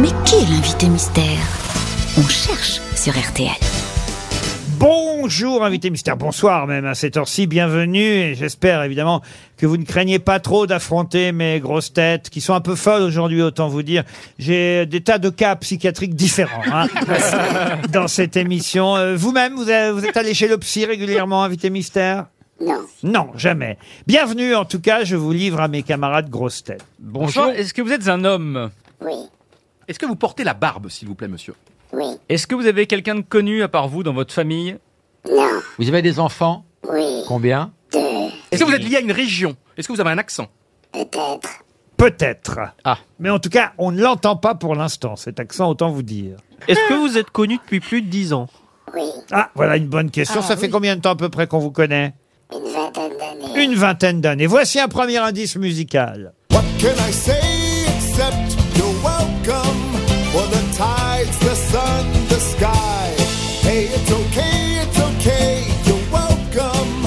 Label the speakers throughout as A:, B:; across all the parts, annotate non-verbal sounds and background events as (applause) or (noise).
A: Mais qui est l'invité mystère On cherche sur RTL.
B: Bonjour, invité mystère. Bonsoir, même à cette heure-ci. Bienvenue. Et j'espère évidemment que vous ne craignez pas trop d'affronter mes grosses têtes qui sont un peu folles aujourd'hui, autant vous dire. J'ai des tas de cas psychiatriques différents hein, (laughs) dans cette émission. Euh, Vous-même, vous, avez- vous êtes allé chez le psy régulièrement, invité mystère
C: Non.
B: Non, jamais. Bienvenue, en tout cas, je vous livre à mes camarades grosses têtes.
D: Bonjour, est-ce que vous êtes un homme
C: Oui.
D: Est-ce que vous portez la barbe, s'il vous plaît, monsieur
C: Oui.
D: Est-ce que vous avez quelqu'un de connu à part vous dans votre famille
C: Non.
E: Vous avez des enfants
C: Oui.
E: Combien
C: Deux.
F: Est-ce que vous êtes lié à une région Est-ce que vous avez un accent
C: Peut-être.
B: Peut-être.
F: Ah.
B: Mais en tout cas, on ne l'entend pas pour l'instant, cet accent, autant vous dire.
G: Est-ce que vous êtes connu depuis plus de 10 ans
C: Oui.
B: Ah, voilà une bonne question. Ça fait combien de temps à peu près qu'on vous connaît
C: Une vingtaine d'années.
B: une vingtaine d'années. Voici un premier indice musical.
H: What can I say except you're welcome? For the tides, the sun, the sky. Hey, it's okay, it's okay, you're welcome.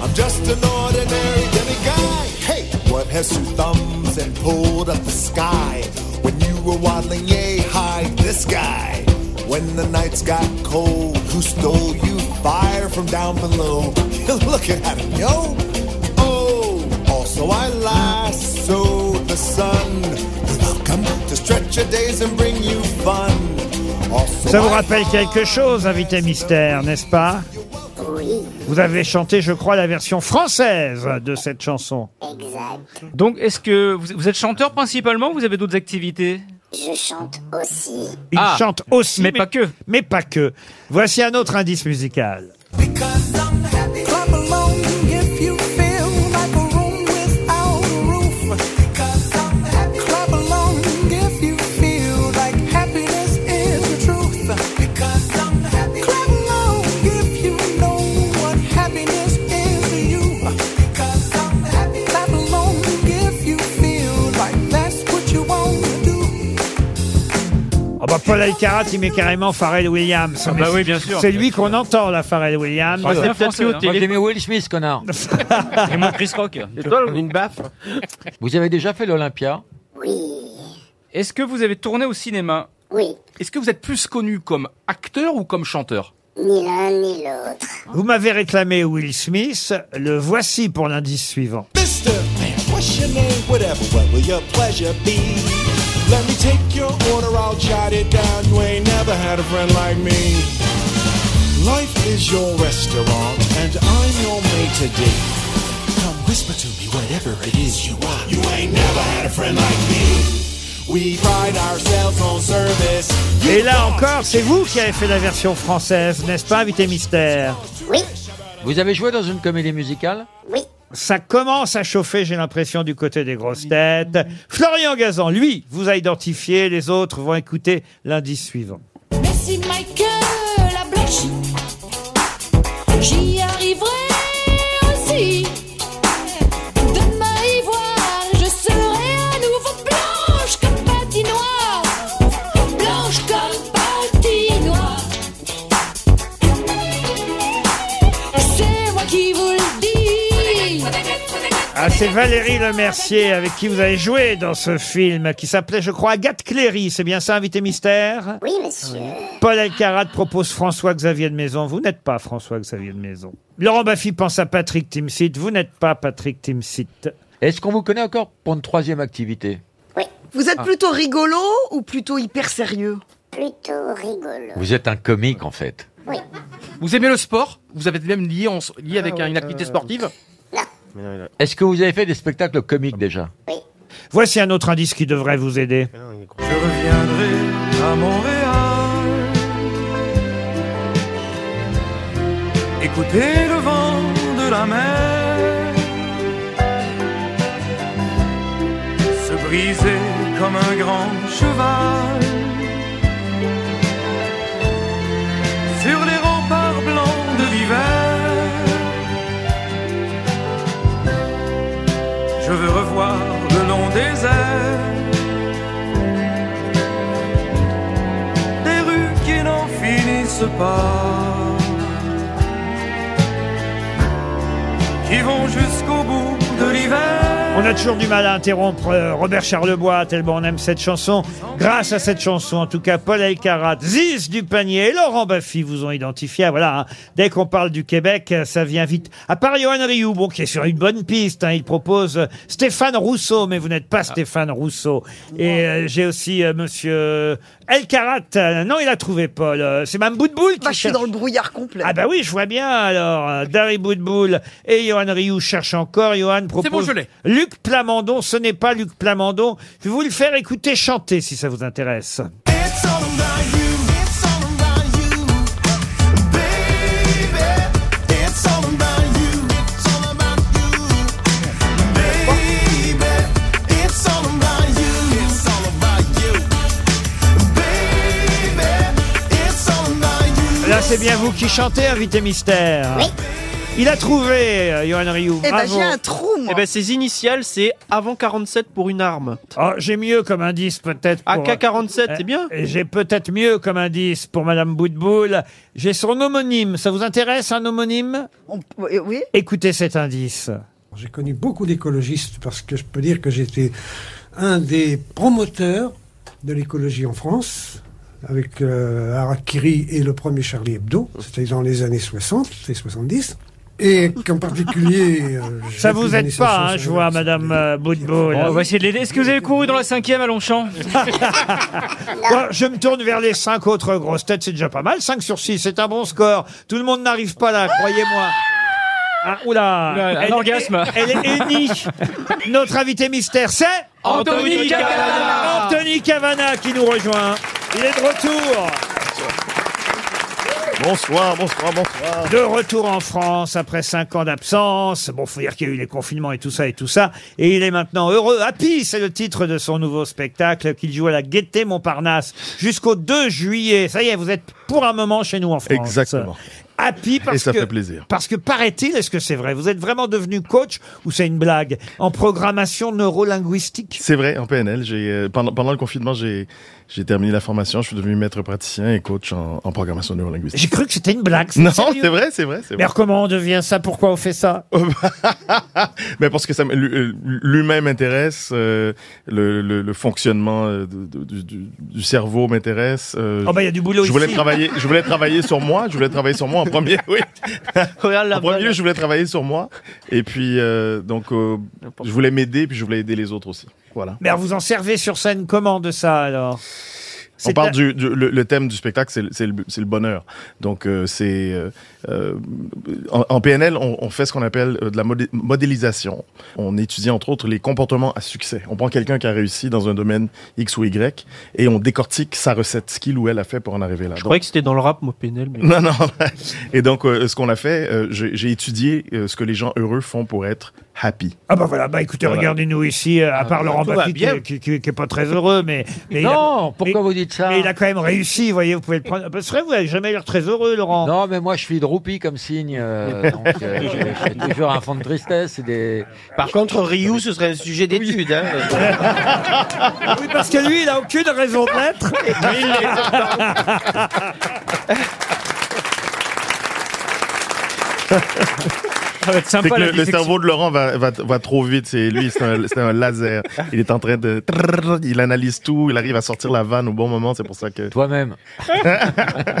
H: I'm just an ordinary demiguy. Hey, what has two thumbs and pulled up the sky? When you were waddling, yay, hide this guy. When the nights got cold, who stole you fire from down below? (laughs) You're looking at him, yo. Oh, also I lassoed the sun. You're welcome to stretch your days and bring you fun. Also
B: Ça vous
H: I
B: rappelle quelque chose, invité mystère, n'est-ce pas
C: Oui.
B: Vous avez chanté, je crois, la version française de cette chanson.
C: Exact.
D: Donc, est-ce que vous, vous êtes chanteur principalement ou vous avez d'autres activités
C: Je chante aussi.
B: Il
D: Ah,
B: chante aussi,
D: mais pas que.
B: Mais pas que. Voici un autre indice musical.
I: Clap along if you feel like a room without a roof. Clap along if you feel like happiness is the truth. Clap along if you know what happiness is to you. Clap along if you feel like that's what you want to do.
B: Oh bah Paul Alcarat, il met carrément Pharrell Williams.
D: Ah
B: Mais
D: bah oui,
B: c'est-
D: bien sûr.
B: C'est lui qu'on entend, la Pharrell Williams.
D: Ah, c'est
E: Moi,
D: peut-être lui au
E: je l'ai
D: télé.
E: mis Will Smith, connard.
D: Raymond Chris Rock.
E: Vous avez déjà fait l'Olympia
C: Oui.
D: Est-ce que vous avez tourné au cinéma
C: Oui.
F: Est-ce que vous êtes plus connu comme acteur ou comme chanteur
C: Ni l'un ni l'autre.
B: Vous m'avez réclamé Will Smith. Le voici pour l'indice suivant.
H: Mister Man, what's your name? Whatever, what will your pleasure be? Let me take your order, I'll jot it down. You ain't never had a friend like me. Life is your restaurant, and I'm your maitre d'. Come whisper to me whatever it is you want. You ain't never had a friend like me. We pride ourselves on service. You
B: Et là
H: boss.
B: encore, c'est vous qui avez fait la version française, n'est-ce pas, invité mystère
C: Oui.
E: Vous avez joué dans une comédie musicale
C: Oui.
B: Ça commence à chauffer, j'ai l'impression, du côté des grosses têtes. Florian Gazan, lui, vous a identifié. Les autres vont écouter l'indice suivant.
J: Merci Michael, la blanchie. J'y arriverai aussi. De ma ivoire, je serai à nouveau blanche comme patinoire. Blanche comme patinoire. C'est moi qui vous le dis.
B: Ah, c'est Valérie Lemercier avec qui vous avez joué dans ce film qui s'appelait, je crois, Agathe Cléry. C'est bien ça, invité mystère
C: Oui, monsieur.
B: Paul Alcarat propose François-Xavier de Maison. Vous n'êtes pas François-Xavier de Maison. Laurent Baffy pense à Patrick Timsit. Vous n'êtes pas Patrick Timsit.
E: Est-ce qu'on vous connaît encore pour une troisième activité
K: Vous êtes plutôt rigolo ou plutôt hyper sérieux
C: Plutôt rigolo.
E: Vous êtes un comique, en fait.
F: Vous aimez le sport Vous avez même lié, en- lié
G: Ah
F: avec un- une activité
G: euh,
F: sportive
E: Est-ce que vous avez fait des spectacles comiques déjà
B: Voici un autre indice qui devrait vous aider.
I: Je reviendrai à Montréal. Écoutez le vent de la mer se briser comme un grand cheval sur les remparts blancs de l'hiver. Je veux revoir le long des airs des rues qui n'en finissent pas, qui vont jusqu'au bout de l'hiver.
B: On a toujours du mal à interrompre euh, Robert Charlebois, tellement on aime cette chanson. Grâce à cette chanson, en tout cas, Paul Elkarat, Ziz du panier et Laurent Baffy vous ont identifié. Ah, Voilà, hein. dès qu'on parle du Québec, euh, ça vient vite. À part Johan Rioux, bon, qui est sur une bonne piste, hein, il propose euh, Stéphane Rousseau, mais vous n'êtes pas Stéphane Rousseau. Et euh, j'ai aussi euh, Monsieur Elkarat. Euh, Non, il a trouvé Paul. Euh, C'est Mme Boutboul qui
L: Bah, je suis
B: cherche.
L: dans le brouillard complet.
B: Ah bah oui, je vois bien alors. euh, Dari Boudboul et Johan Rioux cherchent encore. Johan propose
M: bon, je l'ai.
B: Luc Plamondon. Ce n'est pas Luc Plamondon. Je vais vous le faire écouter chanter si ça vous intéresse.
H: It's all around you. It's all around you, baby. It's all around you. It's all around you, baby. It's all around you. It's all around you, baby. It's all around you.
B: Là, c'est bien vous qui chantez, invité mystère.
N: Oui.
B: Il a trouvé, euh, Johan Rioux.
L: Eh ben,
B: Bravo.
L: j'ai un trou, moi.
O: Eh ben, ses initiales, c'est avant 47 pour une arme.
B: Oh, j'ai mieux comme indice peut-être.
M: Ah,
B: pour-
O: AK-47, c'est bien.
B: Et J'ai peut-être mieux comme indice pour Madame Boudboul. J'ai son homonyme. Ça vous intéresse, un homonyme
L: On- oui, Oui.
B: Écoutez cet indice.
I: J'ai connu beaucoup d'écologistes parce que je peux dire que j'étais un des promoteurs de l'écologie en France avec euh, Harakiri et le premier Charlie Hebdo, c'était dans les années 60 et 70. Et qu'en particulier... euh, j'ai
B: Ça
I: plus
B: vous
I: d'années
B: aide pas,
I: 60,
B: hein, je vois, Madame euh, Boutboul.
D: On va essayer de l'aider. Est-ce que vous avez couru dans la cinquième à Longchamp
B: Bon, je me tourne vers les cinq autres grosses têtes, c'est déjà pas mal. 5 sur 6, c'est un bon score. Tout le monde n'arrive pas là, croyez-moi. Ah, oula,
D: Oula, un orgasme.
B: Elle est énie. Notre invité mystère, c'est
D: Anthony Cavana
B: Anthony Cavana qui nous rejoint. Il est de retour.
P: Bonsoir, bonsoir, bonsoir.
B: De retour en France après cinq ans d'absence. Bon, faut dire qu'il y a eu les confinements et tout ça et tout ça. Et il est maintenant heureux. Happy, c'est le titre de son nouveau spectacle qu'il joue à la Gaîté Montparnasse jusqu'au 2 juillet. Ça y est, vous êtes pour un moment chez nous en France.
P: Exactement.
B: Happy parce
P: Et ça
B: que,
P: fait plaisir.
B: Parce que paraît-il, est-ce que c'est vrai Vous êtes vraiment devenu coach ou c'est une blague En programmation neurolinguistique
P: C'est vrai, en PNL, j'ai euh, pendant, pendant le confinement, j'ai j'ai terminé la formation, je suis devenu maître praticien et coach en, en programmation neurolinguistique.
B: J'ai cru que c'était une blague.
P: Non,
B: sérieux
P: c'est vrai, Euh, c'est vrai, c'est
B: Mais
P: vrai.
B: alors comment on devient ça Pourquoi on fait ça
P: Mais parce que ça m- l'hu- l'humain m'intéresse, euh, le, le, le fonctionnement euh, de- de- du, du cerveau m'intéresse. euh,
B: Oh bah, il y a du boulot
P: je voulais
B: ici.
P: travailler, je voulais travailler sur moi, je voulais travailler sur moi en premier, oui.
O: Regarde
P: En
O: Ah, la
P: premier
O: balle.
P: lieu, je voulais travailler sur moi et puis euh, donc euh, je voulais m'aider puis je voulais aider les autres aussi. Voilà.
B: Mais alors vous en servez sur scène comment de ça alors
P: On
B: C'est
P: parle
B: la-
P: du, du- le, le thème du spectacle, c'est le, c'est le- c'est le bonheur. Donc euh, c'est euh, euh, en, en PNL, on, on fait ce qu'on appelle euh, de la modé- modélisation. On étudie entre autres les comportements à succès. On prend quelqu'un qui a réussi dans un domaine X ou Y et on décortique sa recette, ce qu'il ou elle a fait pour en arriver là.
O: Je
P: Donc,
O: croyais que c'était dans le rap, moi, Pénel. Mais...
P: non, (laughs) non. Et donc, euh, ce qu'on a fait, euh, j'ai j'ai étudié euh, ce que les gens heureux font pour être happy.
B: Ah bah voilà, bah écoutez,
P: Voilà.
B: regardez-nous ici, euh, à part Laurent
E: Ah, bah, tout va
B: Baffy qui,
E: bien.
B: qui, qui- qui est pas très heureux, mais, mais il, a,
E: Non, pourquoi vous dites ça
B: mais il a quand même réussi, vous voyez, vous pouvez le prendre. Parce que vous n'avez jamais l'air très heureux, Laurent.
E: Non, mais moi je suis droupie comme signe, euh, donc euh, j'ai- j'ai toujours un fond de tristesse et des...
O: Par contre, Ryu, ce serait un sujet d'étude.
B: Ah Oui, parce que lui, il a aucune raison de l'être.
D: Ça va être
P: C'est que
D: sympa la
P: le, le
D: dissection.
P: cerveau de Laurent va, va, va trop vite. C'est lui, c'est un, c'est un laser. Il est en train de, trrr, il analyse tout. Il arrive à sortir la vanne au bon moment. C'est pour ça que.
E: Toi-même.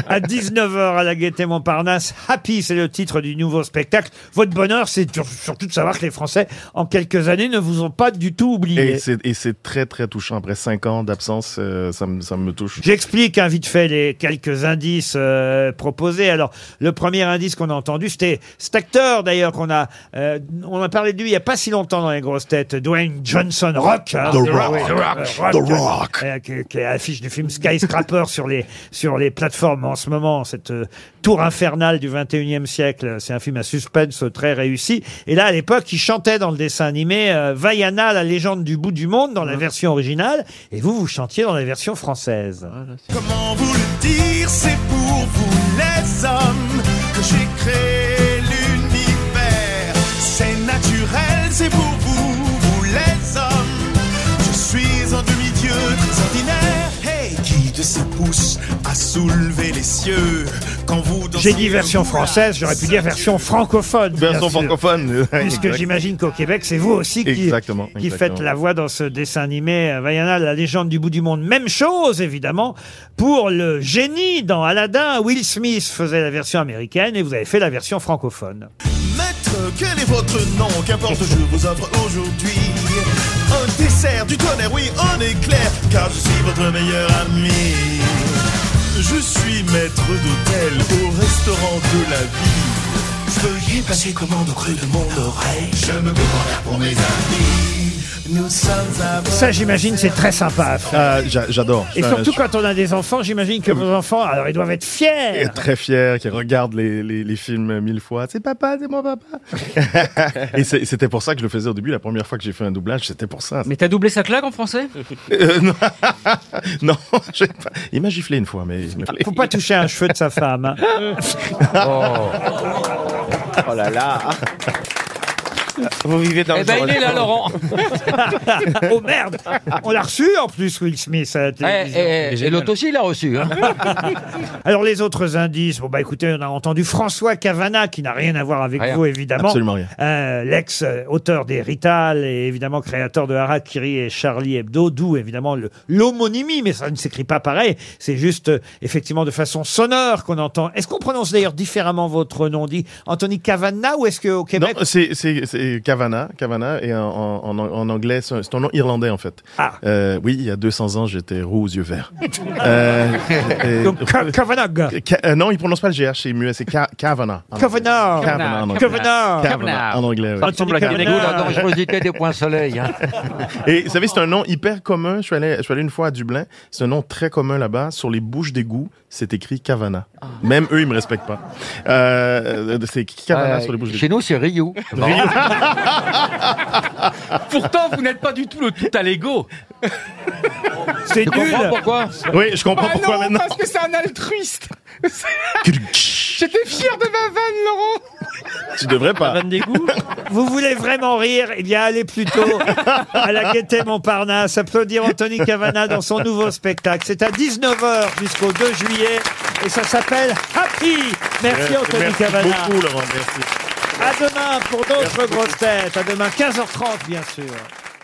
B: À 19h à la Gaîté Montparnasse, Happy, c'est le titre du nouveau spectacle. Votre bonheur, c'est sur- surtout de savoir que les Français, en quelques années, ne vous ont pas du tout oublié.
P: Et c'est et c'est très très touchant. Après cinq ans d'absence, euh, ça, me, ça me touche.
B: J'explique hein, vite fait les quelques indices euh, proposés. Alors, le premier indice qu'on a entendu, c'était cet acteur d'ailleurs qu'on a, euh, on a parlé de lui il y a pas si longtemps dans les grosses têtes, Dwayne Johnson Rock. hein.
P: The Rock.
B: Oui,
P: The Rock.
B: euh,
P: The Rock.
B: euh, qui, qui affiche du film Skyscraper sur les sur les plateformes en ce moment. Cette euh, tour infernale du 21e siècle, c'est un film à suspense très réussi. Et là, à l'époque, il chantait dans le dessin animé euh, Vaiana, la légende du bout du monde, dans la version originale. Et vous, vous chantiez dans la version française.
H: Comment vous le dire, c'est pour vous les hommes que j'ai créé l'univers. C'est naturel, c'est pour vous, vous les hommes. Je suis un demi-dieu très ordinaire. Hey, qui de ça pousse à soulever les cieux quand vous dansez
B: J'ai dit version française, j'aurais pu dire version francophone. bien
P: Version
B: sûr.
P: francophone.
B: Puisque
P: Exact.
B: j'imagine qu'au Québec, c'est vous aussi qui,
P: Exactement,
B: qui
P: exactement.
B: faites la voix dans ce dessin animé Vaiana, la légende du bout du monde. Même chose, évidemment, pour le génie dans Aladdin. Will Smith faisait la version américaine et vous avez fait la version francophone.
H: Maître, quel est votre nom Qu'importe, je vous offre aujourd'hui un dessert du tonnerre, oui, un éclair, car je suis votre meilleur ami. Je suis maître d'hôtel au restaurant de la ville. Veuillez passer commande au creux de mon oreille. Je me prépare pour mes amis. Nous sommes à
B: Ça, j'imagine, c'est très sympa à faire.
P: Ah, j'a- J'adore.
B: Et
P: Je-
B: surtout
P: je-
B: quand on a des enfants, j'imagine que vos enfants, alors ils doivent être fiers.
P: est très fier, qui regarde les, les- les films mille fois. C'est papa, c'est
B: (laughs)
P: moi papa. Et c'est- c'était pour ça que je le faisais au début. La première fois que j'ai fait un doublage, c'était pour ça.
Q: Mais t'as doublé sa claque en français
P: Euh, non, (laughs) non j'ai pas- il m'a giflé une fois, mais... il m'a-
B: Ah, Faut pas toucher un cheveu de sa femme. hein.
P: (laughs)
R: Oh là là. Vous vivez dans
Q: Eh
B: Ah,
R: le
Q: ben,
R: genre-
Q: il est là, Laurent.
B: oh merde On l'a reçu en plus, Will Smith, à la télévision.
E: Eh, Et, l'autre aussi, il l'a reçu. hein.
B: Alors les autres indices, bon bah écoutez, on a entendu François Cavana qui n'a rien à voir avec
P: Rien.
B: vous évidemment.
P: Absolument rien.
B: Euh, L'ex euh, auteur des Rital et évidemment créateur de Harakiri et Charlie Hebdo, d'où évidemment le- l'homonymie, mais ça ne s'écrit pas pareil. C'est juste euh, effectivement de façon sonore qu'on entend. Est-ce qu'on prononce d'ailleurs différemment votre nom dit Anthony Cavana ou est-ce qu'au
P: Non,
B: Québec
P: c'est- c'est c'est Cavana. Cavana, et en, en- en anglais, c'est un, c'est un nom irlandais, en fait. Euh, oui, il y a 200 ans, j'étais roux aux yeux verts. Euh, et-
B: Donc Ca- Cavana.
P: Ca- euh, non, il prononce pas le GH, c'est muet, c'est Ca- Cavana. en anglais.
B: Cavana.
P: Cavana. en anglais.
B: Cavana.
P: Cavana, en anglais.
E: Ah,
B: Ah,
P: oui.
E: la dangerosité des points soleil. hein.
P: Et vous savez, c'est un nom hyper commun. Je suis allé, je suis allé une fois à Dublin. C'est un nom très commun là-bas. Sur les bouches d'égout, c'est écrit Cavana. Même eux, ils me respectent pas. Euh, c'est écrit Cavana
B: Ah,
E: Euh,
P: sur les bouches d'égout.
E: Chez nous, c'est Ryu.
D: Pourtant, vous n'êtes pas du tout le tout à l'ego.
B: C'est
E: Tu comprends nul. pourquoi
P: Oui, je comprends
D: Ah
P: pourquoi
D: non,
P: maintenant.
D: Parce que c'est un altruiste. J'étais fier de ma vanne, Laurent.
P: (laughs) Tu devrais pas.
B: Vous voulez vraiment rire Eh bien, allez plutôt à la Gaîté Montparnasse applaudir Anthony Cavana dans son nouveau spectacle. C'est à 19h jusqu'au 2 juillet et ça s'appelle Happy. Merci Anthony
P: Merci
B: Cavana.
P: beaucoup, Laurent. Merci.
B: À demain pour d'autres grosses têtes. À demain 15h30 bien sûr.